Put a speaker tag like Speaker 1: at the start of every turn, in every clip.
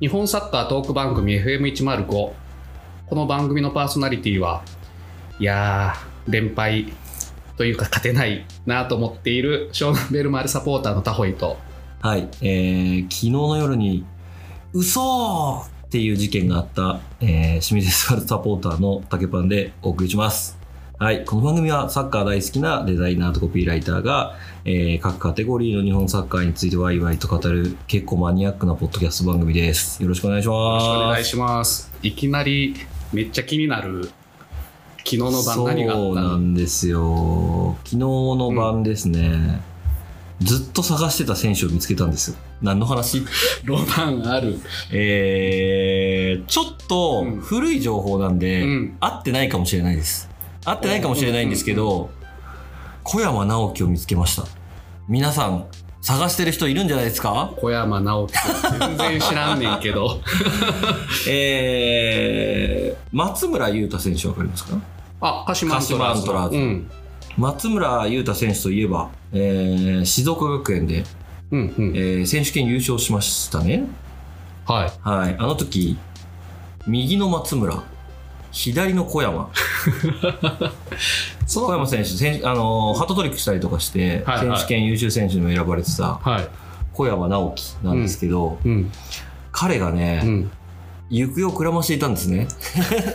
Speaker 1: 日本サッカートーク番組 FM105 この番組のパーソナリティはいやー連敗というか勝てないなと思っているショーン・ベルマーレサポーターのタホイと
Speaker 2: はい、えー、昨日の夜に、嘘っていう事件があった、えー、清水エスパルサポーターの竹パンでお送りします。はい、この番組はサッカー大好きなデザイナーとコピーライターが、えー、各カテゴリーの日本サッカーについてワイワイと語る結構マニアックなポッドキャスト番組です。よろしくお願いし
Speaker 1: よ
Speaker 2: ま
Speaker 1: ろ
Speaker 2: す。
Speaker 1: しくお願いしますいきなりめっちゃ気になる昨日の晩何があ
Speaker 2: そ
Speaker 1: っ
Speaker 2: う
Speaker 1: た
Speaker 2: な
Speaker 1: の
Speaker 2: んですよ。昨日の晩ですね、ずっと探してた選手を見つけたんですよ。何の話
Speaker 1: ロマンある、
Speaker 2: えー、ちょっと
Speaker 1: うん
Speaker 2: 古い情報なん
Speaker 1: う
Speaker 2: で、
Speaker 1: ん、
Speaker 2: 合ってないかもしれないです合ってないかもしれないんですけど小山直樹を見つけました皆さん探してる人いるんじゃないで すか
Speaker 1: 小山直樹全然知らんねんけ ど
Speaker 2: えー、松村雄太選手わかりますか
Speaker 1: あ鹿島アントラーズ
Speaker 2: 鹿島アントラーズ
Speaker 1: うん
Speaker 2: 松村雄太選手といえば、えー静岡学園で、
Speaker 1: うんう
Speaker 2: え
Speaker 1: ん
Speaker 2: ー選手権優勝しましたね
Speaker 1: はい
Speaker 2: はいあの時右の松村左の小山
Speaker 1: そ
Speaker 2: 小山選手選手あのーハットトリックしたりとかして、
Speaker 1: はいはい
Speaker 2: 選手権優秀選手にも選ばれてた
Speaker 1: はい
Speaker 2: 小山直樹なんですけど、
Speaker 1: うん
Speaker 2: 彼が
Speaker 1: う
Speaker 2: ね、
Speaker 1: ん
Speaker 2: 行方をくらましていたんです ね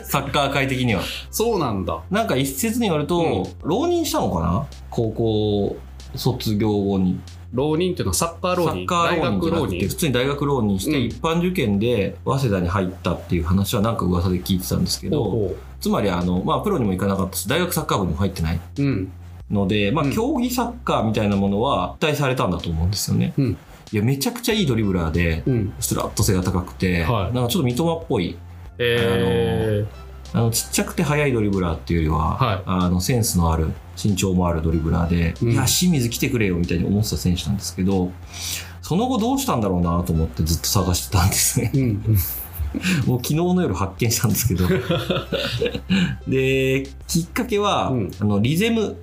Speaker 2: サッカー界的には
Speaker 1: そうなんだ
Speaker 2: なんか一説によると、
Speaker 1: うん
Speaker 2: 浪人したのかな高校卒業後に
Speaker 1: 浪人っていうのはサッカー
Speaker 2: サ
Speaker 1: 浪人
Speaker 2: ッカー浪人
Speaker 1: 大学
Speaker 2: じゃ
Speaker 1: 浪
Speaker 2: なくて普
Speaker 1: 人
Speaker 2: 通に大学浪人して、
Speaker 1: うん
Speaker 2: 一般受験で早稲田に入ったっていう話はなんか噂で聞いてたんですけど、
Speaker 1: ほうほ
Speaker 2: つまりあの、まあ、プロにも行かなかったし大学サッカー部にも入ってない。
Speaker 1: ううん
Speaker 2: ので、まあ
Speaker 1: う、ん
Speaker 2: 競技サッカーみたいなものは期待されたんだと思うんですよね。
Speaker 1: うん
Speaker 2: いやめちゃくちゃいいドリブラーで
Speaker 1: うん
Speaker 2: スラッと背が高くて、
Speaker 1: はい
Speaker 2: なんかちょっと三笘っぽい
Speaker 1: え
Speaker 2: あのちっちゃくて速いドリブラーっていうよりは、
Speaker 1: はい
Speaker 2: あのセンスのある身長もあるドリブラーで、
Speaker 1: うん
Speaker 2: いや清水来てくれよみたいに思ってた選手なんですけどその後どうしたんだろうなと思ってずっと探してたんですね
Speaker 1: ーうん
Speaker 2: もう昨日の夜発見したんですけ どできっかけは、
Speaker 1: うん
Speaker 2: あのリゼム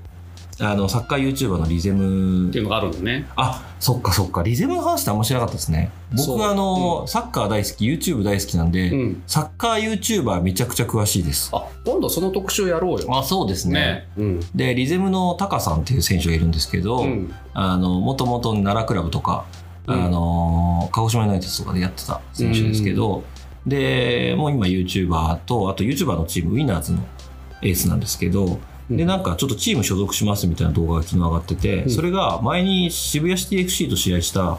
Speaker 2: あのサッカー YouTuber のリゼム
Speaker 1: っていうのがあるのね
Speaker 2: あそっかそっかリゼムの話ってあんま知らなかったですね
Speaker 1: そ
Speaker 2: 僕
Speaker 1: う
Speaker 2: あの、サッカー大好き YouTube 大好きなんで、
Speaker 1: うん
Speaker 2: サッカー YouTuber めちゃくちゃ詳しいです
Speaker 1: あ今度その特集やろうよ
Speaker 2: あそうです
Speaker 1: ねうん
Speaker 2: でリゼムのタカさんっていう選手がいるんですけど、
Speaker 1: うん
Speaker 2: あのもともと奈良クラブとか、
Speaker 1: うん
Speaker 2: あの鹿児島ユナイテッドとかでやってた選手ですけど、でもう今 YouTuber とあと YouTuber のチームウィナーズのエースなんですけど、
Speaker 1: うん
Speaker 2: でなんかちょっとチーム所属しますみたいな動画が昨日上がってて、
Speaker 1: うん
Speaker 2: それが前に渋谷シティ FC と試合した、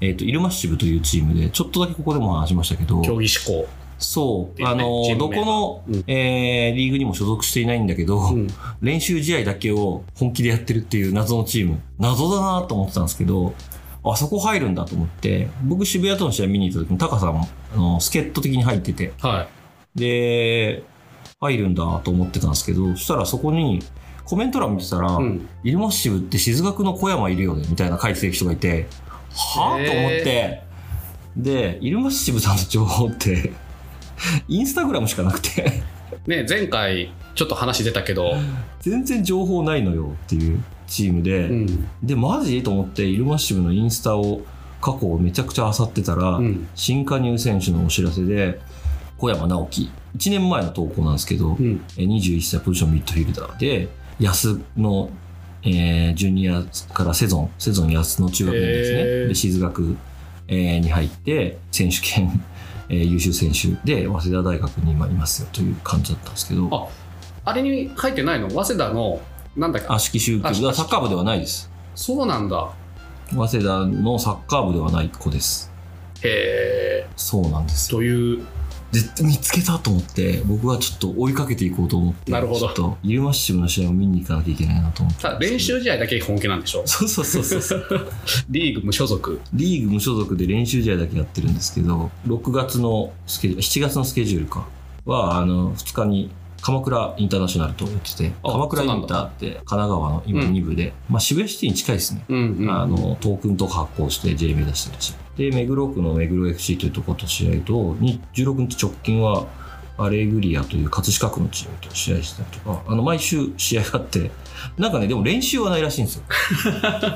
Speaker 2: えー、とイルマッシブというチームでちょっとだけここでも話しましたけど
Speaker 1: 競技志向
Speaker 2: そう、
Speaker 1: ね
Speaker 2: あの
Speaker 1: チーム
Speaker 2: ど
Speaker 1: 名が
Speaker 2: この、
Speaker 1: うん
Speaker 2: えーリーグにも所属していないんだけど、
Speaker 1: うん
Speaker 2: 練習試合だけを本気でやってるっていう謎のチーム謎だなと思ってたんですけどあそこ入るんだと思って僕渋谷との試合見に行った時にタカさんもあの助っ人的に入ってて
Speaker 1: は
Speaker 2: で入るんだと思ってたんですけどそしたらそこにコメント欄見てたら
Speaker 1: い
Speaker 2: 「
Speaker 1: うん
Speaker 2: イルマッシブって静学の小山いるよね」みたいな書いてる人がいては
Speaker 1: へ
Speaker 2: あ
Speaker 1: ー
Speaker 2: と思ってでイルマッシブさんの情報ってインスタグラムしかなくて
Speaker 1: ね前回ちょっと話出たけど
Speaker 2: 全然情報ないのよっていうチームで。
Speaker 1: うん
Speaker 2: でマジと思ってイルマッシブのインスタを過去をめちゃくちゃ漁ってたら、
Speaker 1: うん
Speaker 2: 新加入選手のお知らせで小山直樹1年前の投稿なんですけど、
Speaker 1: うん
Speaker 2: え21歳ポジションミッドフィルダーで安の、えージュニアからセゾンセゾン安の中学年ですね、
Speaker 1: へー
Speaker 2: で静学、えーに入って選手権、えー優秀選手で早稲田大学に今いますよという感じだったんですけど
Speaker 1: ああれに書いてないの早稲田のなんだっけ
Speaker 2: 悪しき宗教
Speaker 1: 悪しき宗教
Speaker 2: がサッカー部ではないです
Speaker 1: そうなんだ
Speaker 2: 早稲田のサッカー部ではない子です
Speaker 1: へえ
Speaker 2: そうなんですよ
Speaker 1: という
Speaker 2: で見つけたと思って僕はちょっと追いかけていこうと思って
Speaker 1: なるほど
Speaker 2: ちょっとイルマッシブの試合を見に行かなきゃいけないなと思って
Speaker 1: さ練習試合だけ本気なんでしょ
Speaker 2: そうそうそ うそうそう
Speaker 1: リーグ無所属
Speaker 2: リーグ無所属で練習試合だけやってるんですけど6月のスケジュール7月のスケジュールかはあの2日に鎌倉インターナショナルと言ってて
Speaker 1: あ
Speaker 2: 鎌倉イ
Speaker 1: そうなん
Speaker 2: ン
Speaker 1: だ
Speaker 2: ターって神奈川の今
Speaker 1: うん
Speaker 2: 2部で、まあ、渋谷シティに近いですね
Speaker 1: うんうん
Speaker 2: あのトークンとか発行して J 目指してるチームで目黒区の目黒 FC というところと試合とに16日直近はアレグリアという葛飾区のチームと試合したりとか、あの、毎週試合があって、なんかね、でも練習はないらしいんで すよ。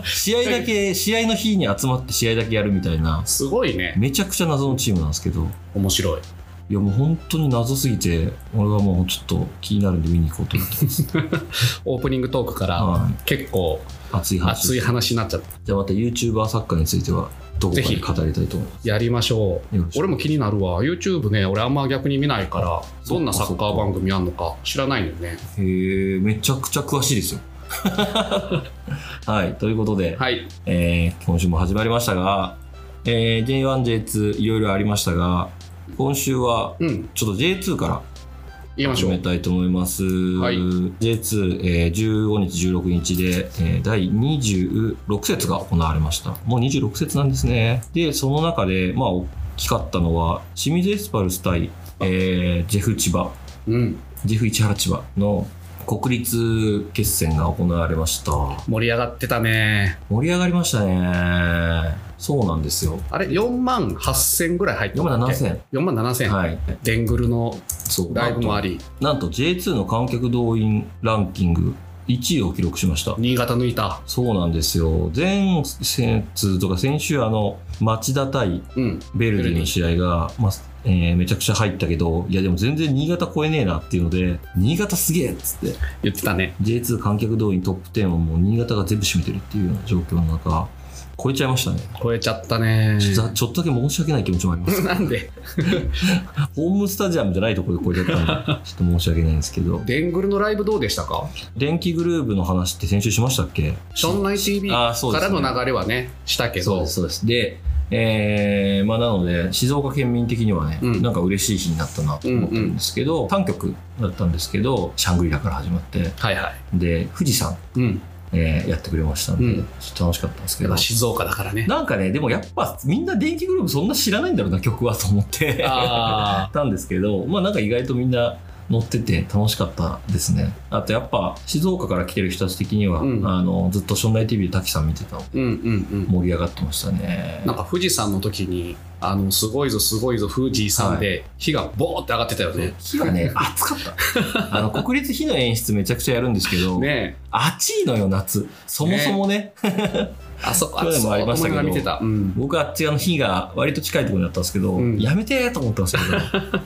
Speaker 2: 試合だけ、試合の日に集まって試合だけやるみたいな、
Speaker 1: すごいね
Speaker 2: めちゃくちゃ謎のチームなんですけど、
Speaker 1: 面白い
Speaker 2: いやもう本当に謎すぎて、俺はもうちょっと気になるんで見に行こうと 思ってます。
Speaker 1: オープニングトークから
Speaker 2: はい
Speaker 1: 結構
Speaker 2: 熱い話です。
Speaker 1: 熱い話になっちゃった
Speaker 2: じゃあまた YouTuber サッカーについては、どこかで語りたいと思います。
Speaker 1: やりましょう
Speaker 2: よろしく
Speaker 1: 俺も気になるわ YouTube ね俺あんま逆に見ないから
Speaker 2: そっか
Speaker 1: どんなサッカー番組あんのか知らないんだよね
Speaker 2: へえ、めちゃくちゃ詳しいですよ。 はい、ということで、
Speaker 1: はい
Speaker 2: えー今週も始まりましたが、えー J1、J2 いろいろありましたが、今週は
Speaker 1: うん
Speaker 2: ちょっと J2 から
Speaker 1: 言いまし
Speaker 2: 始
Speaker 1: ょ
Speaker 2: め
Speaker 1: う
Speaker 2: たいと思います。
Speaker 1: はい
Speaker 2: J2、えー15日、16日で、えー第26節が行われました。もう26節なんですね。で、その中で、まあ、大きかったのは、清水エスパルス対、えージェフ千葉。
Speaker 1: うん
Speaker 2: ジェフ市原千葉の国立決戦が行われました。
Speaker 1: 盛り上がってたね
Speaker 2: 盛り上がりましたね。そうなんですよ。
Speaker 1: あれ4万8000ぐらい入って
Speaker 2: 4
Speaker 1: た
Speaker 2: 万
Speaker 1: っけ
Speaker 2: 7000。
Speaker 1: 4万7000、
Speaker 2: はい。
Speaker 1: デングルの
Speaker 2: そう。
Speaker 1: ライブもあ
Speaker 2: り。
Speaker 1: り
Speaker 2: なんと J2 の観客動員ランキング1位を記録しました。
Speaker 1: 新潟抜いた
Speaker 2: そうなんですよ。前節とか先週、あの、町田対
Speaker 1: うん
Speaker 2: ベルディの試合が、まあえーめちゃくちゃ入ったけど、いやでも全然新潟超えねえなっていうので、新潟すげえっつって、
Speaker 1: 言ってたね
Speaker 2: J2 観客動員トップ10をもう新潟が全部占めてるっていうような状況の中、超えちゃいましたね。
Speaker 1: 超えちゃったね
Speaker 2: ちょっとちょっとだけ申し訳ない気持ちもあ ります。
Speaker 1: なんで
Speaker 2: ホームスタジアムじゃないところで超えちゃったんで、ちょっと申し訳ないんですけど、
Speaker 1: デングルのライブどうでしたか
Speaker 2: 電気グルーブの話って先週しましたっけ
Speaker 1: ションナイ TV か
Speaker 2: あーそうです
Speaker 1: ら
Speaker 2: ね
Speaker 1: の流れはねしたけ
Speaker 2: そう
Speaker 1: ど
Speaker 2: です、そうです。で、えーまあ、なので、静岡県民的にはね、
Speaker 1: うん
Speaker 2: なんか嬉しい日になったなと思ってるんですけど、3曲だったんですけど、シャングリラから始まって、
Speaker 1: はいはい
Speaker 2: で、富士山、
Speaker 1: うん
Speaker 2: えーやってくれましたんで、
Speaker 1: うん
Speaker 2: ちょっと楽しかったんですけ
Speaker 1: やっ
Speaker 2: ど
Speaker 1: ぱ。静岡だからね
Speaker 2: なんかね、でもやっぱみんな電気グループそんな知らないんだろうな、曲はと思って。
Speaker 1: あ
Speaker 2: たんですけど、まあなんか意外とみんな乗ってて楽しかったですね。あとやっぱ静岡から来てる人たち的には、
Speaker 1: うん
Speaker 2: あのずっと「ションナイ TV」で滝さん見てたので
Speaker 1: あうんうん
Speaker 2: 盛り上がってましたね
Speaker 1: うん。なんか富士山の時にあのすごいぞすごいぞ富士山で火がボーって上がってたよね、
Speaker 2: 火がね、暑か った。あの、国立火の演出めちゃくちゃやるんですけど、
Speaker 1: ね
Speaker 2: 暑いのよ、夏。そもそもね、
Speaker 1: えあそ
Speaker 2: 去
Speaker 1: あ
Speaker 2: 年
Speaker 1: そ
Speaker 2: もありましたけど
Speaker 1: 友達が見てた、うん、
Speaker 2: 僕はあっちあの火が割と近いところにあったんですけど、
Speaker 1: うん
Speaker 2: やめてーと思ってましたけ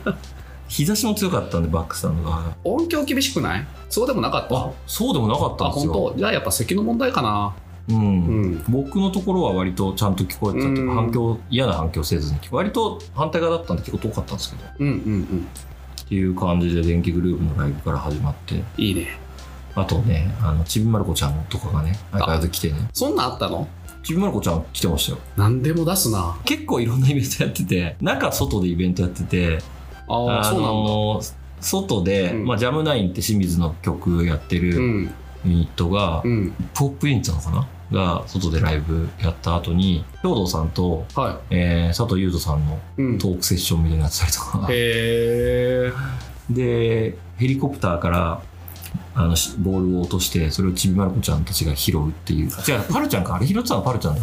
Speaker 2: ど、 日差しも強かったんで、バックスタンドが。
Speaker 1: 音響厳しくないそうでもなかった
Speaker 2: あ、そうでもなかった
Speaker 1: あ
Speaker 2: んです
Speaker 1: 本
Speaker 2: よ。
Speaker 1: 当じゃあやっぱ咳の問題かな
Speaker 2: うん
Speaker 1: うん
Speaker 2: 僕のところは割とちゃんと聞こえてたという
Speaker 1: う
Speaker 2: か
Speaker 1: ん
Speaker 2: 反響嫌な反響せずに割と反対側だったんで結構遠かったんですけど
Speaker 1: うんうんうん
Speaker 2: っていう感じで電気グループのライブから始まって
Speaker 1: いいね
Speaker 2: あとねあのちびまる子ちゃんとかがね相変わらず来てね
Speaker 1: そんなんあったの
Speaker 2: ちびまる子ちゃん来てましたよ
Speaker 1: 何でも出すな
Speaker 2: 結構いろんなイベントやってて中外でイベントやってて
Speaker 1: ああそうなんだ
Speaker 2: の外で、
Speaker 1: うん
Speaker 2: まあ、ジャムナインって清水の曲やって
Speaker 1: う
Speaker 2: る
Speaker 1: ん
Speaker 2: ユニットが、
Speaker 1: うん
Speaker 2: ポップインツなのかなが外でライブやった後に兵藤さんと、
Speaker 1: は
Speaker 2: えー佐藤優斗さんの
Speaker 1: い、うん、
Speaker 2: トークセッションみたいになってたりとか
Speaker 1: へえ
Speaker 2: でヘリコプターからあのしボールを落としてそれをちびまる子ちゃんたちが拾うっていう違うパルちゃんかあれ拾ってたのパルちゃんだ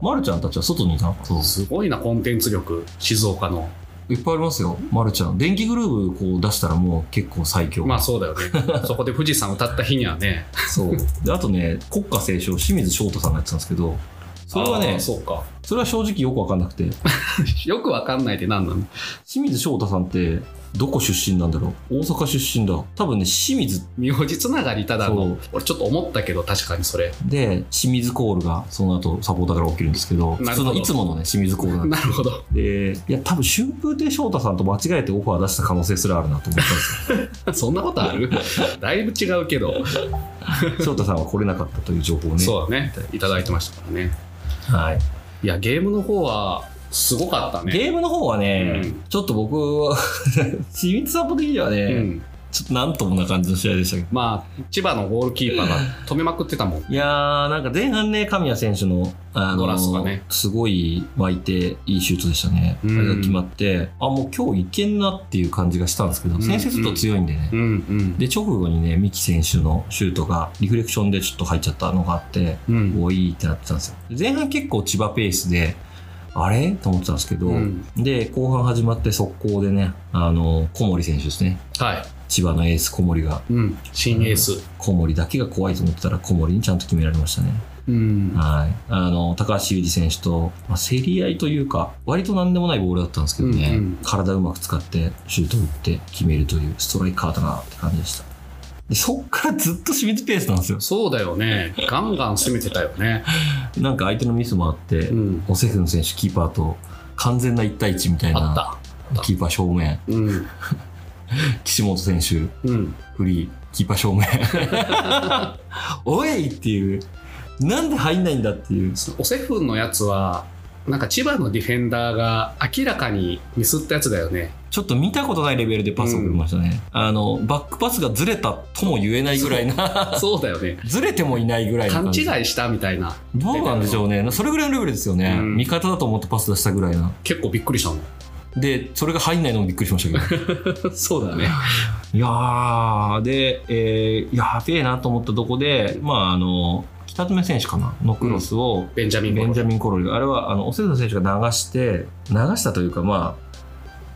Speaker 2: まるちゃんたちは外にいたのそう
Speaker 1: すごいなコンテンツ力静岡の
Speaker 2: いっぱいありますよまるちゃん電気グルーブこう出したらもう結構最強、
Speaker 1: まあそうだよ ねそこで富士山歌った日にはね
Speaker 2: そうであとね国歌斉唱清水翔太さんがやってたんですけどそれは
Speaker 1: あ
Speaker 2: ね
Speaker 1: ーそうか
Speaker 2: それは正直よく分かんなくて
Speaker 1: よくわかんないで何なの
Speaker 2: 清水翔太さんってどこ出身なんだろう大阪出身だ多分ね清水
Speaker 1: 名字つながりただ
Speaker 2: そ
Speaker 1: の
Speaker 2: う
Speaker 1: 俺ちょっと思ったけど確かにそれ
Speaker 2: で清水コールがその後サポーターから起きるんですけど
Speaker 1: なるほど
Speaker 2: 普通のいつものね清水コールなんで
Speaker 1: なるほど
Speaker 2: でいや多分春風亭昇太さんと間違えてオファー出した可能性すらあるなと思ったんです
Speaker 1: そんなことあ るだいぶ違うけど、
Speaker 2: よ翔太さんは来れなかったという情報をね
Speaker 1: そうだねいただいてましたからね
Speaker 2: はい、
Speaker 1: いやゲームの方はすごかったね
Speaker 2: ゲームの方はね、
Speaker 1: うん
Speaker 2: ちょっと僕は 清水サポ的にはね、
Speaker 1: うん、
Speaker 2: ちょっとなんともな感じの試合でしたけど
Speaker 1: まあ千葉のゴールキーパー が止めまくってたもん
Speaker 2: いやーなんか前半ね神谷選手のあの
Speaker 1: ゴラスがね
Speaker 2: すごい湧いていいシュートでしたね、
Speaker 1: うん
Speaker 2: あれが決まってあもう今日いけんなっていう感じがしたんですけど、
Speaker 1: うん
Speaker 2: 先制すると強いんでね、
Speaker 1: うんうん
Speaker 2: で直後にね三木選手のシュートがリフレクションでちょっと入っちゃったのがあって
Speaker 1: うん
Speaker 2: おいいってなってたんですよで前半結構千葉ペースであれと思ってたんですけど、
Speaker 1: うん
Speaker 2: で後半始まって速攻でねあの小森選手ですね
Speaker 1: は
Speaker 2: 千葉のエース小森が
Speaker 1: い、うん、新エース、
Speaker 2: 小森だけが怖いと思ってたら小森にちゃんと決められましたね、
Speaker 1: うん
Speaker 2: はい、あの高橋裕二選手と、まあ、競り合いというか割と何でもないボールだったんですけどね、
Speaker 1: うんうん
Speaker 2: 体をうまく使ってシュートを打って決めるというストライカーだなって感じでしたでそっからずっと清水ペースなんですよ
Speaker 1: そうだよね、ガンガン攻めてたよね。
Speaker 2: なんか相手のミスもあって、
Speaker 1: うん、
Speaker 2: オセフン選手キーパーと完全な1対1みたい
Speaker 1: あっ
Speaker 2: な
Speaker 1: た。
Speaker 2: キーパー正面
Speaker 1: うん、
Speaker 2: 岸本選手
Speaker 1: うん、
Speaker 2: フリーキーパー正面 おいっていうなんで入んないんだっていう
Speaker 1: そのオセフンのやつは、なんか千葉のディフェンダーが明らかにミスったやつだよ ね。
Speaker 2: ちょっと見たことないレベルでパスを送りましたね、あのバックパスがずれたとも言えないぐらい な
Speaker 1: そうだよね。
Speaker 2: ずれてもいないぐらいな
Speaker 1: 勘
Speaker 2: 感
Speaker 1: 違
Speaker 2: じ
Speaker 1: いしたみたいな、
Speaker 2: どうなんでしょうねそれぐらいのレベルですよね、
Speaker 1: うん
Speaker 2: 味方だと思ってパス出したぐらいな
Speaker 1: 結構びっくりしたの。
Speaker 2: でそれが入んないのもびっくりしましたけど
Speaker 1: そうだね。
Speaker 2: いやーで、えーやべえなと思ったとこでまああの北爪選手かなのクロスを、
Speaker 1: ベンジャミンゴ
Speaker 2: ベ
Speaker 1: ロ
Speaker 2: ンジャミン・コロリあれはあのオセド選手が流して流したというかまあ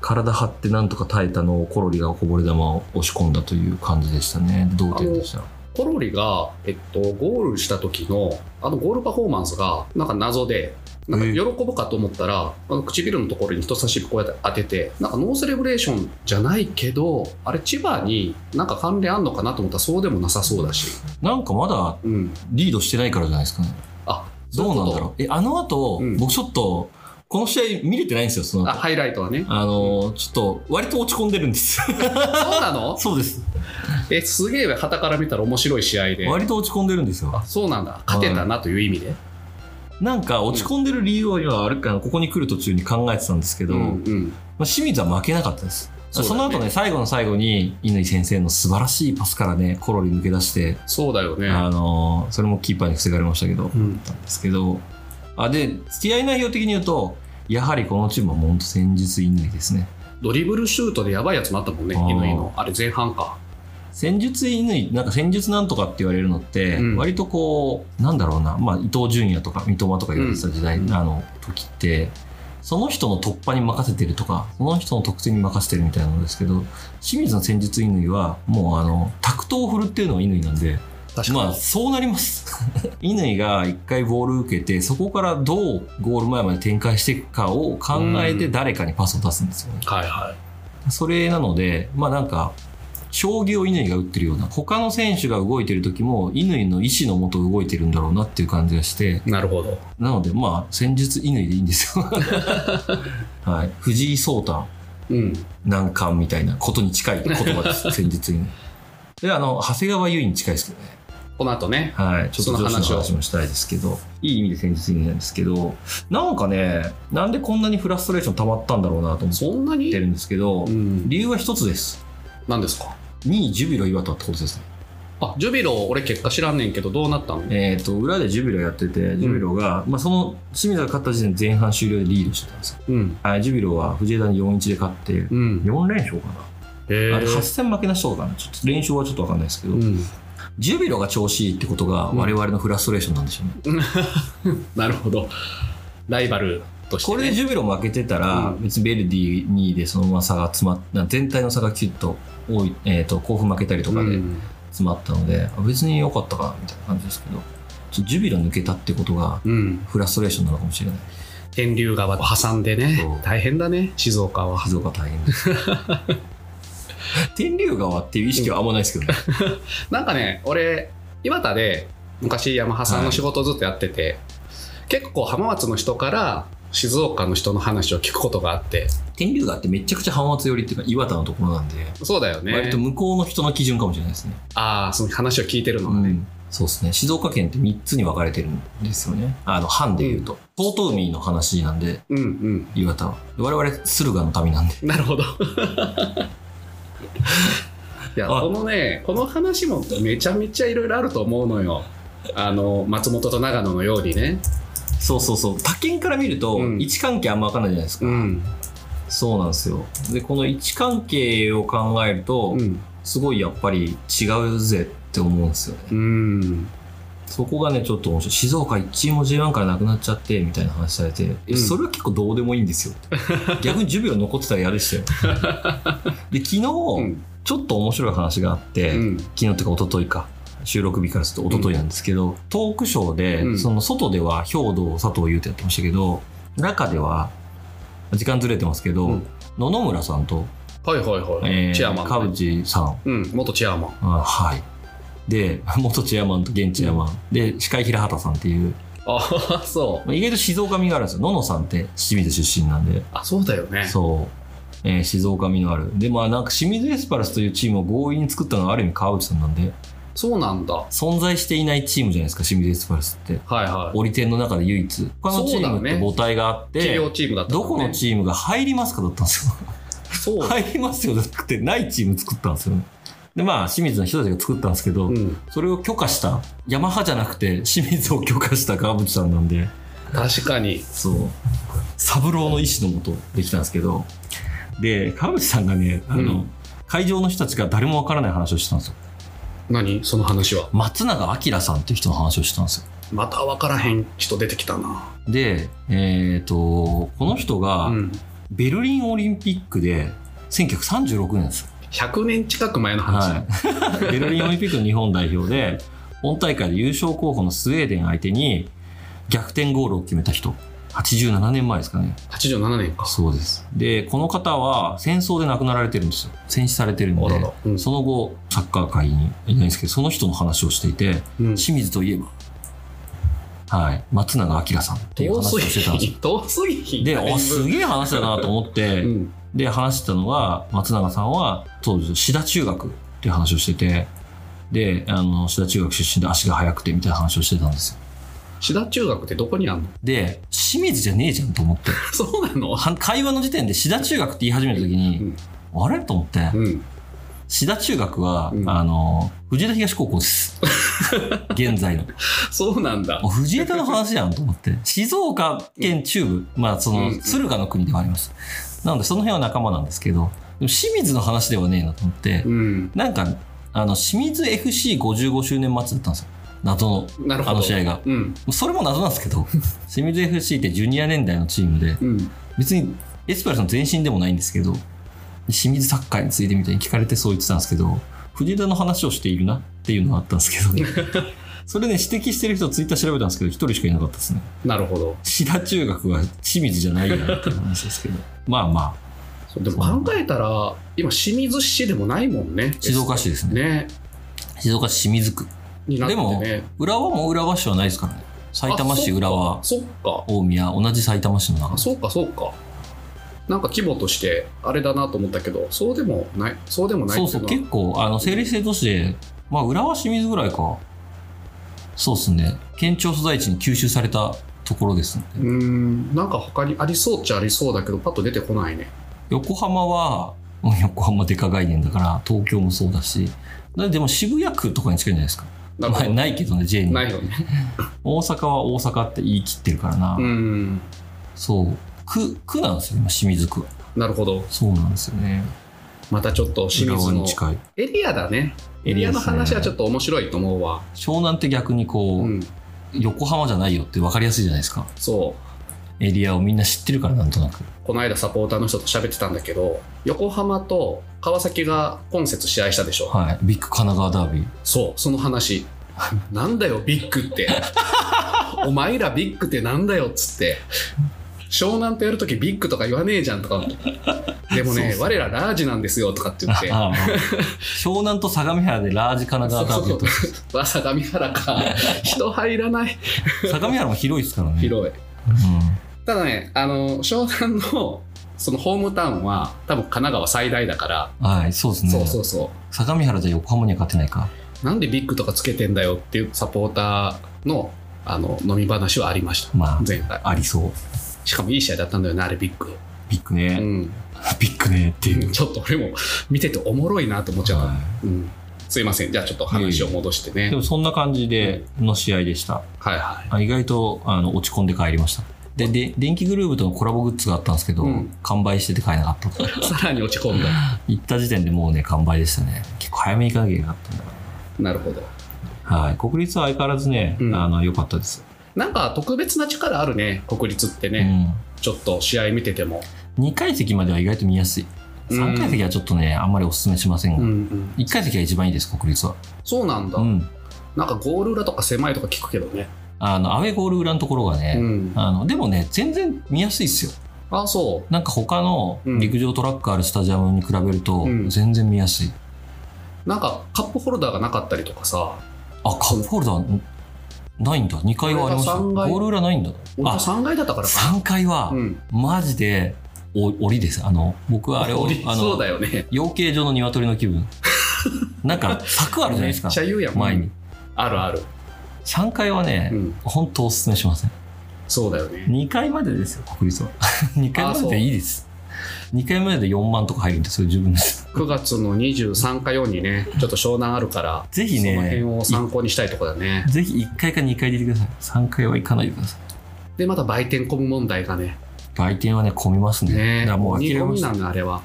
Speaker 2: 体張ってなんとか耐えたのをコロリがこぼれ球を押し込んだという感じでしたね同点でした
Speaker 1: コロリが、えっと、ゴールした時のあのゴールパフォーマンスがなんか謎でなんか
Speaker 2: ええ
Speaker 1: 喜ぶかと思ったら、あの唇のところに人差し指こうやって当ててなんかノーセレブレーションじゃないけどあれ千葉になんか関連あんのかなと思ったらそうでもなさそうだし、
Speaker 2: なんかまだ
Speaker 1: うん、
Speaker 2: リードしてないからじゃないですかね
Speaker 1: あ
Speaker 2: どうなん
Speaker 1: そ
Speaker 2: だ
Speaker 1: い
Speaker 2: ろ
Speaker 1: こ
Speaker 2: うえあの後、
Speaker 1: うん
Speaker 2: 僕ちょっとこの試合見れてないんですよその
Speaker 1: とあ
Speaker 2: 後あ
Speaker 1: ハイライト はね
Speaker 2: のーちょっと割と落ち込んでるんです
Speaker 1: そうなの
Speaker 2: そうです
Speaker 1: えすげえ旗から見たら面白い試合で
Speaker 2: 割と落ち込んでるんですよ
Speaker 1: あそうなんだ勝てたなという意味で、
Speaker 2: なんか落ち込んでる理由は今あれかなここに来る途中に考えてたんですけど、
Speaker 1: うんうん、
Speaker 2: まあ、清水は負けなかったです。
Speaker 1: そ
Speaker 2: そう
Speaker 1: だね
Speaker 2: の後ね、最後の最後に、乾先生の素晴らしいパスからね、コロリ抜け出して、
Speaker 1: そうだよね、
Speaker 2: あのーそれもキーパーに防がれましたけど、
Speaker 1: うん、
Speaker 2: なんですけど、あ、で、付き合い内容的に言うと、やはりこのチームは本当戦術乾ですね。
Speaker 1: ドリブルシュートでやばいやつもあったもんね、
Speaker 2: あー
Speaker 1: 乾の。あれ、前半か。
Speaker 2: 戦術乾、なんか戦術なんとかって言われるのって、
Speaker 1: うん
Speaker 2: 割とこう、なんだろうな、まあ伊東純也とか三笘とか言われてた時代、
Speaker 1: うん
Speaker 2: あの時って、その人の突破に任せてるとか、その人の得点に任せてるみたいなんですけど、清水の戦術乾は、もうあの、タクトを振るっていうのが乾なんで、
Speaker 1: 確
Speaker 2: まあそうなります。 乾が一回ボール受けて、そこからどうゴール前まで展開していくかを考えて誰かにパスを出すんですよね。
Speaker 1: はいは
Speaker 2: それなので、まあなんか、将棋を乾が打ってるような、他の選手が動いてる時も、乾の意思のもと動いてるんだろうなっていう感じがして、
Speaker 1: い。なるほど。
Speaker 2: なので、まあ、戦術乾でいいんで すよ。はい。藤井聡太
Speaker 1: うん。
Speaker 2: 難関みたいなことに近い言葉です、戦 術乾。で、あの、長谷川優に近いですけどね。
Speaker 1: この後ね、
Speaker 2: はい、ちょっと女子
Speaker 1: そ
Speaker 2: の
Speaker 1: の
Speaker 2: 話
Speaker 1: 話
Speaker 2: もしたいですけど、いい意味で戦術になんですけど、なんかね、なんでこんなにフラストレーション溜まったんだろうなと思っ
Speaker 1: そんなに
Speaker 2: てるんですけど
Speaker 1: う、ん。
Speaker 2: 理由は一つです。
Speaker 1: 何ですか
Speaker 2: 2位、ジュビロ磐田ってことですね。
Speaker 1: あ、ジュビロ、俺結果知らんねんけど、どうなったの
Speaker 2: えー、と裏でジュビロやってて、ジュビロが、まあ、その清水が勝った時点で前半終了でリードしてたんですよ。
Speaker 1: うん。
Speaker 2: あジュビロは藤枝に4 1で勝って、
Speaker 1: うん。
Speaker 2: 4連勝かな。
Speaker 1: へ
Speaker 2: あれ、8
Speaker 1: ー
Speaker 2: 戦負けなしとかかな。ちょっと連勝はちょっと分かんないですけど、
Speaker 1: うん。
Speaker 2: ジュビロが調子いいってことが、
Speaker 1: うん
Speaker 2: 我々のフラストレーションなんでしょうね。
Speaker 1: なるほど。ライバルとして、
Speaker 2: こ
Speaker 1: ね。
Speaker 2: れでジュビロ負けてたら、
Speaker 1: うん
Speaker 2: 別にベルディ2位でそのまま差が詰まっな全体の差がきゅっと多い、えー、と甲府負けたりとか
Speaker 1: う
Speaker 2: で
Speaker 1: ん
Speaker 2: 詰まったので、あ別に良かったかなみたいな感じですけど、ちょっとジュビロ抜けたってことが、
Speaker 1: うん。
Speaker 2: フラストレーションなのかもしれない。
Speaker 1: 天竜川を挟んで
Speaker 2: そう
Speaker 1: ね、大変だね、静岡は。
Speaker 2: 静岡 大変です天竜川っていう意識はあんまないですけどね、
Speaker 1: なんかね、俺、岩田で昔ヤマハさんの仕事をずっとやってて、結構浜松の人から静岡の人の話を聞くことがあって、
Speaker 2: 天竜川ってめちゃくちゃ浜松寄りっていうか岩田のところなんで、
Speaker 1: そうだよね。
Speaker 2: 割と向こうの人の基準かもしれないですね、
Speaker 1: ああ、その話を聞いてるのが
Speaker 2: う
Speaker 1: ね。
Speaker 2: んそうですね静岡県って3つに分かれてるんですよねあの藩でいうと遠江、海の話なんで
Speaker 1: うん、うん、
Speaker 2: 岩田は我々駿河の民なんで
Speaker 1: なるほど。 いや、
Speaker 2: あ
Speaker 1: このね、この話もめちゃめちゃいろいろあると思うのよ。あの、松本と長野のようにね。
Speaker 2: そうそうそう他県から見ると
Speaker 1: うん
Speaker 2: 位置関係あんま分かんないじゃないですか、
Speaker 1: うん。
Speaker 2: そうなんですよでこの位置関係を考えると、
Speaker 1: うん。
Speaker 2: すごいやっぱり違うぜって思うんですよね
Speaker 1: うん。
Speaker 2: そこがね、ちょっと面白い。静岡1チームも J1 からなくなっちゃって、みたいな話されて、え
Speaker 1: うん
Speaker 2: それは結構どうでもいいん ですよ。逆に10秒残ってたら嫌でしたよ。で、昨日、
Speaker 1: ん
Speaker 2: ちょっと面白い話があって、
Speaker 1: うん
Speaker 2: 昨日とか一昨日か収録日からすると一昨日なんですけど、トークショーで、
Speaker 1: うん
Speaker 2: その外では兵道佐藤優ってやってましたけど中では時間ずれてますけど、
Speaker 1: うん
Speaker 2: 野々村さんと、
Speaker 1: はいはいはい、
Speaker 2: えー、
Speaker 1: チェアマン
Speaker 2: 川淵さん
Speaker 1: うん元チェアマン
Speaker 2: あはいで元チェアマンと現チェアマン、で司会平畑さんっていう
Speaker 1: ああそ
Speaker 2: ま
Speaker 1: う
Speaker 2: あ意外と静岡味があるんですよ野々さんって清水出身なんで
Speaker 1: あそうだよね
Speaker 2: そう、えー静岡味のあるでまあなんか清水エスパルスというチームを強引に作ったのはある意味川淵さんなんで
Speaker 1: そうなんだは
Speaker 2: 存在していないチームじゃないですか清水エスパルスって
Speaker 1: いはい
Speaker 2: 折り点の中で唯一他のチームって母体があって、
Speaker 1: 企業チームだった
Speaker 2: どこの
Speaker 1: ー
Speaker 2: チームが入りますかだったんですよ
Speaker 1: ムそう、
Speaker 2: 入りますよだってないチーム作ったんですよねでまあ清水の人たちが作ったんですけど、
Speaker 1: うん、
Speaker 2: それを許可したヤマハじゃなくて清水を許可した川淵さんなんで
Speaker 1: 確かに
Speaker 2: そう三郎の意思のもとできたんですけどで川淵さんがねあの、
Speaker 1: うん
Speaker 2: 会場の人たちが誰もわからない話をしたんですよ
Speaker 1: 何その話は
Speaker 2: 松永明さんっていう人の話をしたんですよ
Speaker 1: また分からへん人出てきたな
Speaker 2: でえっ、とこの人が、
Speaker 1: うん
Speaker 2: ベルリンオリンピックで1936年ですよ、
Speaker 1: 100年近く前の話、
Speaker 2: はい、 ベルリンオリンピックの日本代表で本大会で優勝候補のスウェーデン相手に逆転ゴールを決めた人87年前ですかね
Speaker 1: 87年か
Speaker 2: そうですでこの方は戦争で亡くなられてるんですよ戦死されてるんで
Speaker 1: あらら、うん
Speaker 2: その後サッカー界にいないんですけどその人の話をしていて
Speaker 1: うん、
Speaker 2: 清水といえばはい松永明さんっていう
Speaker 1: 遠
Speaker 2: 話をしてた
Speaker 1: す
Speaker 2: んで
Speaker 1: ぎひ
Speaker 2: す
Speaker 1: ん遠すぎ ひ
Speaker 2: よ
Speaker 1: ん
Speaker 2: で
Speaker 1: だいぶ
Speaker 2: おすげえ話だなと思って、
Speaker 1: うん
Speaker 2: で話してたのが松永さんは当時志田中学っていう話をしててであの志田中学出身で足が速くてみたいな話をしてたんですよ
Speaker 1: 志田中学ってどこにあんの
Speaker 2: で清水じゃねえじゃんと思って
Speaker 1: そうなの
Speaker 2: は会話の時点で志田中学って言い始めた時に、あれと思って
Speaker 1: うん
Speaker 2: 志田中学は、
Speaker 1: うん
Speaker 2: あの藤枝東高校です 現在の
Speaker 1: そうなんだ
Speaker 2: もう藤枝の話やんと思って静岡県中部、まあその
Speaker 1: うん
Speaker 2: 敦賀の国ではありますなのでその辺は仲間なんですけどでも清水の話ではねえなと思って、
Speaker 1: うん
Speaker 2: なんか、あの、清水 FC55 周年祭だったんですよ。謎の。も
Speaker 1: なるほど
Speaker 2: あの試 合が
Speaker 1: うん
Speaker 2: うそれも謎なんですけど、清水 FC ってジュニア年代のチームで、
Speaker 1: うん
Speaker 2: 別にエスパルスの前身でもないんですけど、清水サッカーについてみたいに聞かれてそう言ってたんですけど、藤枝の話をしているなっていうのがあったんですけど、 それね、指摘してる人ツイッター調べたんですけど、一人しかいなかったですね。
Speaker 1: なるほど
Speaker 2: 志田中学は清水じゃないよなっていう話ですけ ど、まあまあ、
Speaker 1: そうでも考えたら今清水市でもないもんね
Speaker 2: 静岡市ですね。
Speaker 1: ね
Speaker 2: 静岡市清水区。
Speaker 1: になってね
Speaker 2: 浦和も浦和市はないですからね。埼玉市浦和。
Speaker 1: そっか
Speaker 2: 大宮同じ埼玉市の中
Speaker 1: あそうかそうかなんか規模としてあれだなと思ったけどそうでもないそうでもない
Speaker 2: そう
Speaker 1: って
Speaker 2: そ
Speaker 1: いうのは
Speaker 2: 結構あの整理性としてまあ浦和清水ぐらいかそうっすね県庁所在地に吸収されたところですね
Speaker 1: うーんなんか他にありそうっちゃありそうだけどパッと出てこないね
Speaker 2: 横浜はもう横浜でか概念だから東京もそうだしだでも渋谷区とかに近いんじゃないですか
Speaker 1: なる
Speaker 2: ま
Speaker 1: ほ
Speaker 2: あ
Speaker 1: ど
Speaker 2: ないけどね J に
Speaker 1: ないよね
Speaker 2: 大阪は大阪って言い切ってるからな、
Speaker 1: うん
Speaker 2: そう区区なんですよ今清水区は
Speaker 1: なるほど
Speaker 2: そうなんですよね
Speaker 1: またちょっと清
Speaker 2: 浦和
Speaker 1: 水
Speaker 2: に
Speaker 1: の
Speaker 2: 近い
Speaker 1: エリアだねエリアの話はちょっ
Speaker 2: と
Speaker 1: と面白いと思うわ
Speaker 2: 湘南って逆にこう、
Speaker 1: うん
Speaker 2: 横浜じゃないよって分かりやすいじゃないですか
Speaker 1: そう
Speaker 2: エリアをみんな知ってるからなんとなく
Speaker 1: この間サポーターの人と喋ってたんだけど横浜と川崎が今節試合したでしょ、
Speaker 2: はいビッグ神奈川ダービー
Speaker 1: そうその話 なんだよビッグって お前らビッグってなんだよっつって湘南とやるときビッグとか言わねえじゃんとかでもね
Speaker 2: そうそう
Speaker 1: 我らラージなんですよとかって言 って
Speaker 2: ああ湘南と相模原でラージ神奈川ダービーと
Speaker 1: そうそう わ相模原か人入らない
Speaker 2: 相模原も広いですからね
Speaker 1: 広い
Speaker 2: うん
Speaker 1: ただねあの湘南のそのホームタウンは多分神奈川最大だから、
Speaker 2: はいそうですね
Speaker 1: そうそうそ
Speaker 2: 相模原じゃ横浜には勝てないか
Speaker 1: うなんでビッグとかつけてんだよっていうサポーターのあの飲み話はありました
Speaker 2: まあ
Speaker 1: 前回
Speaker 2: ありそう
Speaker 1: しかもいい試合だったんだよねあれビッグ
Speaker 2: ビッグ
Speaker 1: う
Speaker 2: ね、
Speaker 1: ん、
Speaker 2: ビッグねっていう
Speaker 1: ちょっと俺も見てておもろいなと思っちゃう、
Speaker 2: は
Speaker 1: うん、すいませんじゃあちょっと話を戻してね
Speaker 2: いでもそんな感じでの試合でした
Speaker 1: はいは
Speaker 2: あ意外とあの落ち込んで帰りましたでで電気グルーヴとのコラボグッズがあったんですけど、
Speaker 1: うん
Speaker 2: 完売してて買えなかった
Speaker 1: いさらに落ち込んだ
Speaker 2: 行った時点でもうね完売でしたね結構早めに行かなきゃいけなかったんだ
Speaker 1: なるほど
Speaker 2: はい、国立は相変わらずね、
Speaker 1: うん
Speaker 2: あの良かったです、
Speaker 1: なんか特別な力あるね、国立ってね、ちょっと試合見てても。
Speaker 2: うん、2階席までは意外と見やすい3階席はちょっとね、あんまりおすすめしません
Speaker 1: うん
Speaker 2: が、
Speaker 1: うん、
Speaker 2: 1階席が一番いいです国立は、
Speaker 1: そうなんだ、
Speaker 2: うん、
Speaker 1: なんかゴール裏とか狭いとか聞くけどね。
Speaker 2: あのアウェーゴール裏のところがね、
Speaker 1: うん、
Speaker 2: あのでもね全然見やすいですよ
Speaker 1: あ、そ
Speaker 2: なんか他の
Speaker 1: うん
Speaker 2: 陸上トラックあるスタジアムに比べると
Speaker 1: うん
Speaker 2: 全然見やすい、
Speaker 1: う。なんかカップホルダーがなかったりとかさ、
Speaker 2: あカップホルダーんないんだ2階はありました
Speaker 1: 俺が三階
Speaker 2: ゴール裏ないんだ
Speaker 1: 俺
Speaker 2: あ
Speaker 1: は3階だったからか
Speaker 2: 3階は
Speaker 1: な。うん、
Speaker 2: マジでお檻ですあの僕はあ れを
Speaker 1: 俺
Speaker 2: あ
Speaker 1: そう
Speaker 2: の
Speaker 1: だよね。
Speaker 2: 養鶏場の鶏の気 分なんか柵あるじゃないです
Speaker 1: め
Speaker 2: か
Speaker 1: っちゃ言うやん。
Speaker 2: 前
Speaker 1: う
Speaker 2: に
Speaker 1: んあるある。
Speaker 2: 3階はね、
Speaker 1: うん、
Speaker 2: ほんとおすすめしません
Speaker 1: そうだよね。
Speaker 2: 2階までですよ国 立は2階まででいいです2階までで4万とか入るんでそれ十分 です
Speaker 1: 9月の23か4にね、ちょっと湘南あるから、
Speaker 2: ぜひね
Speaker 1: その辺を参考にしたいところだね。
Speaker 2: ぜひ1階か2階でいてください3階は行かないでください
Speaker 1: で、また売店込む問題がね、
Speaker 2: 売店はね混みますね
Speaker 1: ね
Speaker 2: だからもう
Speaker 1: 煮
Speaker 2: 諦め
Speaker 1: 込
Speaker 2: ま
Speaker 1: み
Speaker 2: し
Speaker 1: な
Speaker 2: た
Speaker 1: んだ、あれは。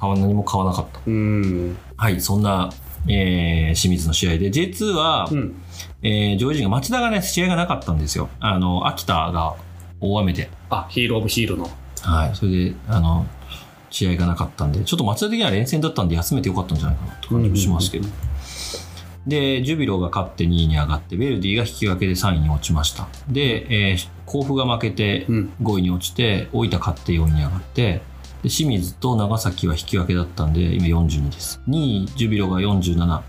Speaker 2: 買わ何も買わなかった
Speaker 1: うん。
Speaker 2: はいそんな、えー清水の試合で J2 は、
Speaker 1: うん。
Speaker 2: えー上位陣が町田がね試合がなかったんですよあの秋田が大雨で
Speaker 1: あ、ヒールオブヒールの。
Speaker 2: はい、それであの試合がなかったんで、ちょっと町田的には連戦だったんで、休めてよかったんじゃないかなと感じもしますけど、でジュビロが勝って2位に上がって、ベルディが引き分けで3位に落ちました、で、えー甲府が負けて
Speaker 1: うん。
Speaker 2: 5位に落ちて、大分勝って4位に上がって、で清水と長崎は引き分けだったんで、今42です、2位、ジュビロが47、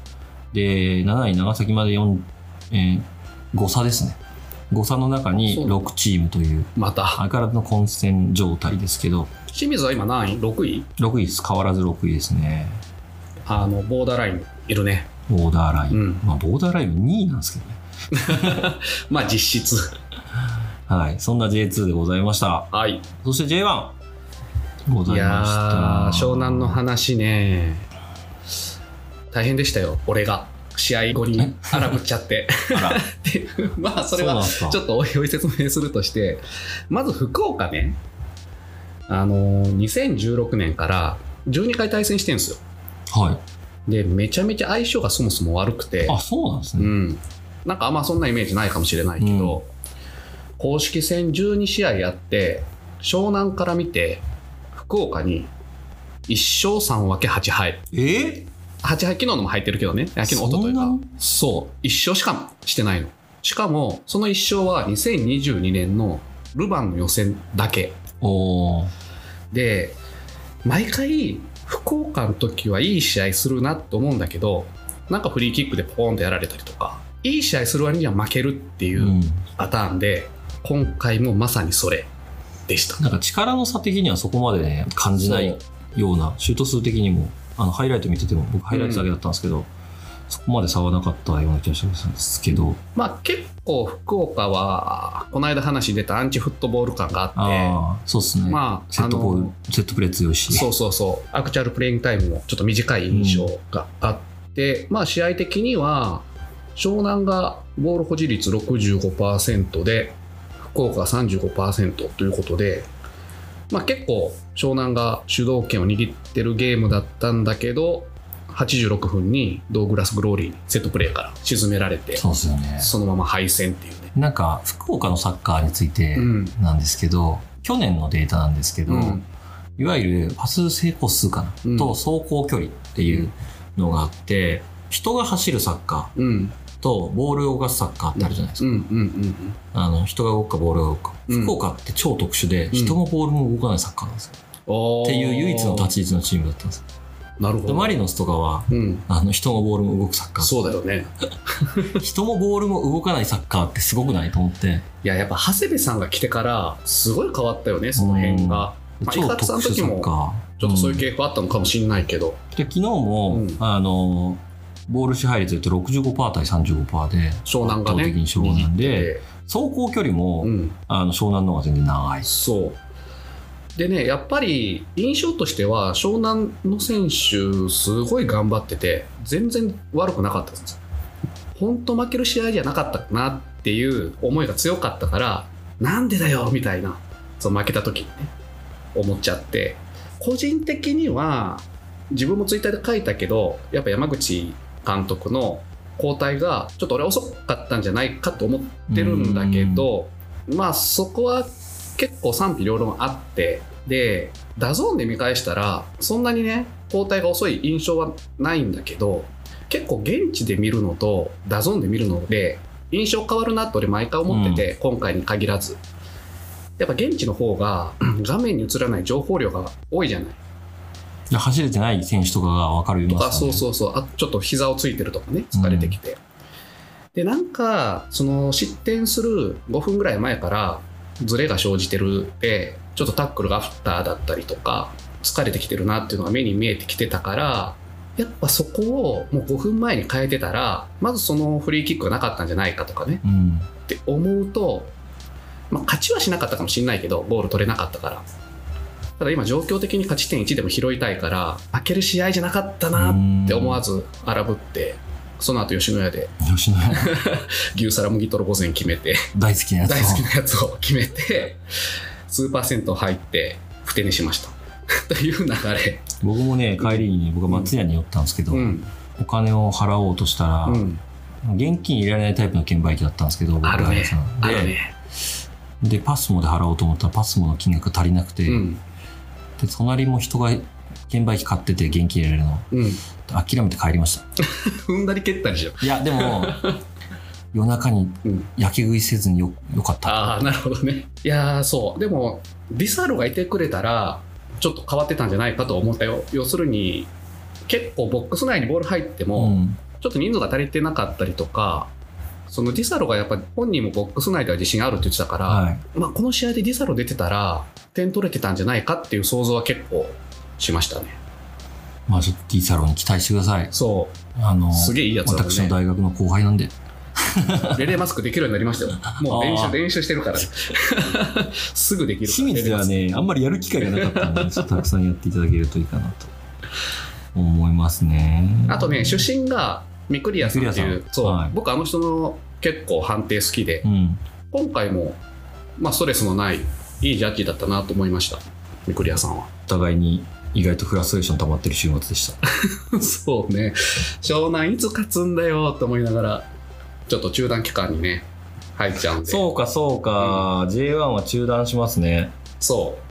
Speaker 2: で7位、長崎まで4、えー5差ですね、5差の中に6チームという。
Speaker 1: また。
Speaker 2: 相変わらずの混戦状態ですけど、
Speaker 1: 清水は今何位 ?6 位
Speaker 2: 6位です。変わらず6位ですね。
Speaker 1: あの、ボーダーラインいるね。
Speaker 2: ボーダーライ
Speaker 1: う
Speaker 2: ン。
Speaker 1: ん。
Speaker 2: まあ、ボーダーライン2位なんですけどね。
Speaker 1: まあ実質。
Speaker 2: はい。そんな J2 でございました。
Speaker 1: はい。
Speaker 2: そして J1。ござ
Speaker 1: い
Speaker 2: い
Speaker 1: や
Speaker 2: ま
Speaker 1: ー、
Speaker 2: した。
Speaker 1: 湘南の話ね。大変でしたよ、俺が。試合後に荒ぶっちゃって。
Speaker 2: あら
Speaker 1: っていうまあ、それは
Speaker 2: そうなん
Speaker 1: ち
Speaker 2: だ
Speaker 1: ょっとおいおい説明するとして、まず福岡ね、あのー2016年から12回対戦してるんですよ。
Speaker 2: はい。
Speaker 1: で、めちゃめちゃ相性がそもそも悪くて、
Speaker 2: あ、そうなんです
Speaker 1: う
Speaker 2: ね。
Speaker 1: ん、なんかあんまそんなイメージないかもしれないけど、公式戦12試合やって、湘南から見て、福岡に1勝3分け8敗。
Speaker 2: え
Speaker 1: 8敗、昨日のも入ってるけどね、あ昨日、おととい
Speaker 2: そ
Speaker 1: か
Speaker 2: んな。
Speaker 1: そう、1勝しかしてないの。しかも、その1勝は2022年のルヴァンの予選だけ。
Speaker 2: おー。
Speaker 1: で、毎回、福岡の時はいい試合するなと思うんだけど、なんかフリーキックでポーンとやられたりとか、いい試合する割には負けるっていううんパターンで、今回もまさにそれでした。
Speaker 2: なんか力の差的にはそこまでね、感じないような、シュート数的にも、あの、ハイライト見てても、僕ハイライトだけだったんですけど、そこまで差はなかったような気がしたんですけど、
Speaker 1: まあ結構福岡は、この間話に出たアンチフットボール感があって、
Speaker 2: ああ、そうですね。
Speaker 1: まあ、
Speaker 2: セットボー
Speaker 1: あ
Speaker 2: ル
Speaker 1: の、
Speaker 2: セットプレー強いし。
Speaker 1: そうそうそう、アクチュアルプレイングタイムもちょっと短い印象があって、まあ試合的には、湘南がボール保持率65%で、福岡が35%ということで、まあ、結構湘南が主導権を握ってるゲームだったんだけど、86分にドーグラス・グローリーにセットプレーから沈められて、
Speaker 2: そうですよね。
Speaker 1: そのまま敗戦っていうね。
Speaker 2: なんか、福岡のサッカーについて
Speaker 1: うん
Speaker 2: なんですけど、去年のデータなんですけど、
Speaker 1: うん
Speaker 2: いわゆるパス成功数かな、
Speaker 1: うん
Speaker 2: と走行距離っていうのがあって、人が走るサッカ
Speaker 1: うん
Speaker 2: ーとボールを動かすサッカーってあるじゃないです
Speaker 1: う
Speaker 2: か。
Speaker 1: んうん
Speaker 2: あの人が動くかボールが動くか。
Speaker 1: うん
Speaker 2: 福岡って超特殊で、
Speaker 1: ん
Speaker 2: 人もボールも動かないサッカーなんですよ。
Speaker 1: うん。
Speaker 2: っていう唯一の立
Speaker 1: ち。
Speaker 2: ち位置のチームだったんですよ。
Speaker 1: なるほ
Speaker 2: で
Speaker 1: ど。
Speaker 2: マリノスとかは、
Speaker 1: うん、
Speaker 2: あの人もボールも動くサッカー。
Speaker 1: そうだよね。
Speaker 2: 人もボールも動かないサッカーってすごくないと思って。
Speaker 1: いや、やっぱ長谷部さんが来てから、すごい変わったよね、その辺が。まあ、伊
Speaker 2: 超
Speaker 1: 達
Speaker 2: 特
Speaker 1: さんの
Speaker 2: 殊
Speaker 1: 時
Speaker 2: サッ
Speaker 1: も、
Speaker 2: カー。
Speaker 1: ちょっとそういう
Speaker 2: うんで
Speaker 1: 傾向あったのかもしれないけど、
Speaker 2: 昨日も、
Speaker 1: うん
Speaker 2: あのボール支配率で言うと65%対35%で
Speaker 1: 湘南がね、
Speaker 2: 圧倒的に湘南で
Speaker 1: 握ってて
Speaker 2: 走行距離も、
Speaker 1: うん、
Speaker 2: あの湘南の方が全然長いです。
Speaker 1: そう。でね、やっぱり印象としては、湘南の選手、すごい頑張ってて、全然悪くなかったです。本当負ける試合じゃなかったなっていう思いが強かったから、なんでだよみたいな、その負けた時にね、思っちゃって、個人的には、自分もツイッターで書いたけど、やっぱ山口監督の交代がちょっと俺遅かったんじゃないかと思ってるんだけど、まあそこは結構賛否両論あってでダゾーンで見返したらそんなにね交代が遅い印象はないんだけど結構現地で見るのとダゾーンで見るので印象変わるなと俺毎回思ってて、今回に限らずやっぱ現地の方がうん画面に映らない情報量が多いじゃない
Speaker 2: で走れてない選手とかが分かり
Speaker 1: と
Speaker 2: ま
Speaker 1: か、
Speaker 2: す
Speaker 1: そう
Speaker 2: う
Speaker 1: そうそう、あちょっと膝をついてるとかね、疲れてきて。で、なんか、その失点する5分ぐらい前から、ズレが生じてるで、ちょっとタックルがアフターだったりとか、疲れてきてるなっていうのが目に見えてきてたから、やっぱそこをもう5分前に変えてたら、まずそのフリーキックがなかったんじゃないかとかね、
Speaker 2: うん
Speaker 1: って思うと、まあ、勝ちはしなかったかもしれないけどゴール取れなかったからただ今状況的に勝ち点1でも拾いたいから負ける試合じゃなかったなって思わず荒ぶってその後吉野家で
Speaker 2: うん吉野家
Speaker 1: 牛皿麦とろ御膳決めて
Speaker 2: 大好きなやつ
Speaker 1: 大好きなやつを決めてスーパー銭湯入ってふてにしました という流れ
Speaker 2: 僕もね帰りに僕は松屋に寄ったんですけど、
Speaker 1: うん
Speaker 2: お金を払おうとしたら、
Speaker 1: うん
Speaker 2: 現金いられないタイプの券売機だったんですけど僕
Speaker 1: あるね
Speaker 2: がさん
Speaker 1: あ
Speaker 2: で
Speaker 1: のね
Speaker 2: でパスモで払おうと思ったらパスモの金額足りなくて、
Speaker 1: うん
Speaker 2: で隣も人が券売機買ってて現金入れるの
Speaker 1: うん
Speaker 2: 諦めて帰りまし
Speaker 1: 踏んだり蹴ったりしよう
Speaker 2: たいやでも夜中に
Speaker 1: うん
Speaker 2: 焼き食いせずによよかった
Speaker 1: ああなるほどねいやーそうでもディサロがいてくれたらちょっと変わってたんじゃないかと思ったよ要するに結構ボックス内にボール入って
Speaker 2: う
Speaker 1: も、
Speaker 2: ん
Speaker 1: ちょっと人数が足りてなかったりとかそのディサロがやっぱ本人もボックス内では自信あるって言ってたから、
Speaker 2: はい
Speaker 1: まあ、この試合でディサロ出てたら点取れてたんじゃないかっていう想像は結構しましたね
Speaker 2: まあちょっとディサロに期待してください
Speaker 1: そ
Speaker 2: あの
Speaker 1: うすげえいいやつだ
Speaker 2: 私の
Speaker 1: もんね
Speaker 2: 大学の後輩なんで
Speaker 1: レレーマスクできるようになりま したよもう練
Speaker 2: あ
Speaker 1: 習
Speaker 2: ー
Speaker 1: 練習してるからすぐできるから
Speaker 2: 清水では ねあんまりやる機会がなかったのでちょっとたくさんやっていただけるといいかなと思いますね
Speaker 1: あとね、出身がミクリアさんってい
Speaker 2: ミクリア
Speaker 1: う、そう、
Speaker 2: はい
Speaker 1: 僕あの人の結構判定好きで、
Speaker 2: うん
Speaker 1: 今回も、まあ、ストレスのない、いいジャッジだったなと思いました、ミクリアさんは。
Speaker 2: お互いに意外とフラストレーション溜まってる週末でした
Speaker 1: そうね、湘南いつ勝つんだよと思いながら、ちょっと中断期間にね、入っちゃうんで、そう、
Speaker 2: そうかそうか、J1 は中断しますね、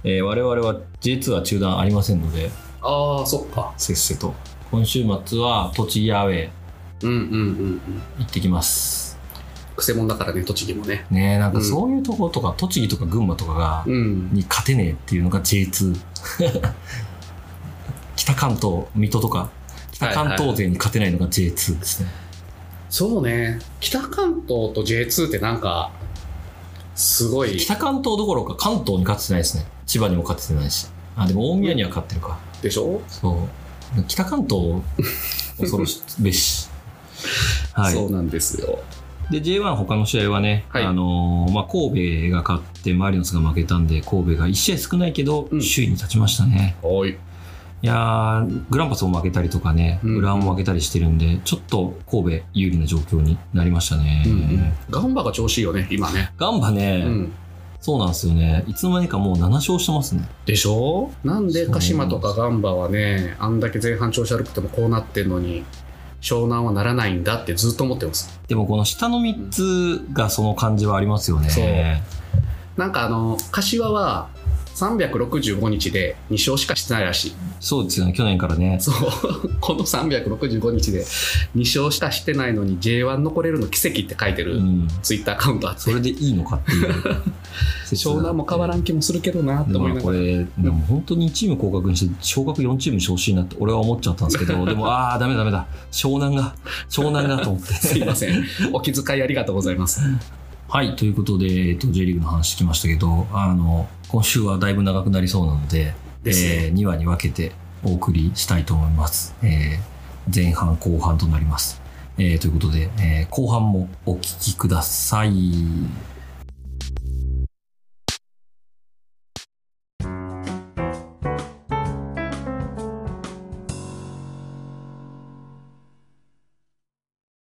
Speaker 2: えー我々は J2 は中断ありませんので
Speaker 1: ああ、そっか、
Speaker 2: せっせと今週末は栃木アウェー
Speaker 1: うんうんうんうん、
Speaker 2: 行ってきます
Speaker 1: くせ者だからね、栃木もね。
Speaker 2: ねえなん
Speaker 1: う
Speaker 2: か
Speaker 1: ん
Speaker 2: そういうところとか、栃木とか群馬とかが、
Speaker 1: うん、
Speaker 2: に勝てねえっていうのが J2 北関東水戸とか北関東勢に勝てないのが J2 ですね、
Speaker 1: そうね、北関東と J2 ってなんか、すごい
Speaker 2: 北関東どころか関東に勝ってないですね千葉にも勝ってないしあでも大宮には勝ってるか
Speaker 1: でしょ
Speaker 2: そう北関東恐ろし べしはい
Speaker 1: そうなんですよ。
Speaker 2: で J1 他の試合はね、
Speaker 1: はい
Speaker 2: あのーまあ、神戸が勝ってマリノスが負けたんで神戸が1試合少ないけど
Speaker 1: うん
Speaker 2: 首位に立ちましたね、
Speaker 1: はい。
Speaker 2: いやーグランパスも負けたりとかね
Speaker 1: うん
Speaker 2: 浦和も負けたりしてるんでちょっと神戸有利な状況になりましたね、
Speaker 1: ガンバが調子いいよね、今ね。
Speaker 2: ガンバね、
Speaker 1: うん、
Speaker 2: そうなんですよねいつの間にかもう7勝してますね
Speaker 1: でしょなんで
Speaker 2: そう
Speaker 1: 鹿島とかガンバはね、あんだけ前半調子悪くてもこうなってんのに、湘南はならないんだってずっと思ってます。
Speaker 2: でもこの下の3つがその感じはありますよね、
Speaker 1: そうなんかあの、柏は365日で2勝しかしてないらしい。
Speaker 2: そうですよね去年からね
Speaker 1: そう、 この365日で2勝しかしてないのに J1 残れるの奇跡って書いて
Speaker 2: う
Speaker 1: る、
Speaker 2: ん
Speaker 1: ツイッターアカウントあって
Speaker 2: そ。れでいいのかっ ていう
Speaker 1: 湘南も変わらん気もするけどなって
Speaker 2: で
Speaker 1: 思い
Speaker 2: も
Speaker 1: な
Speaker 2: こ
Speaker 1: がら。
Speaker 2: れ、でも本当にチーム降格にして、昇格4チームにしてほしいなって、俺は思っちゃったんですけ ど、でも、ああ、だめだめだ、湘南が、湘南がと思 っ
Speaker 1: すい
Speaker 2: て。
Speaker 1: ません。お気遣いありがとうございます。
Speaker 2: はい、ということで、えっと、J リーグの話聞きましたけど、あの、今週はだいぶ長くなりそうなので、
Speaker 1: ですね
Speaker 2: え2話に分けてお送りしたいと思います。えー前半、後半となります。えーということで、えー後半もお聞きください。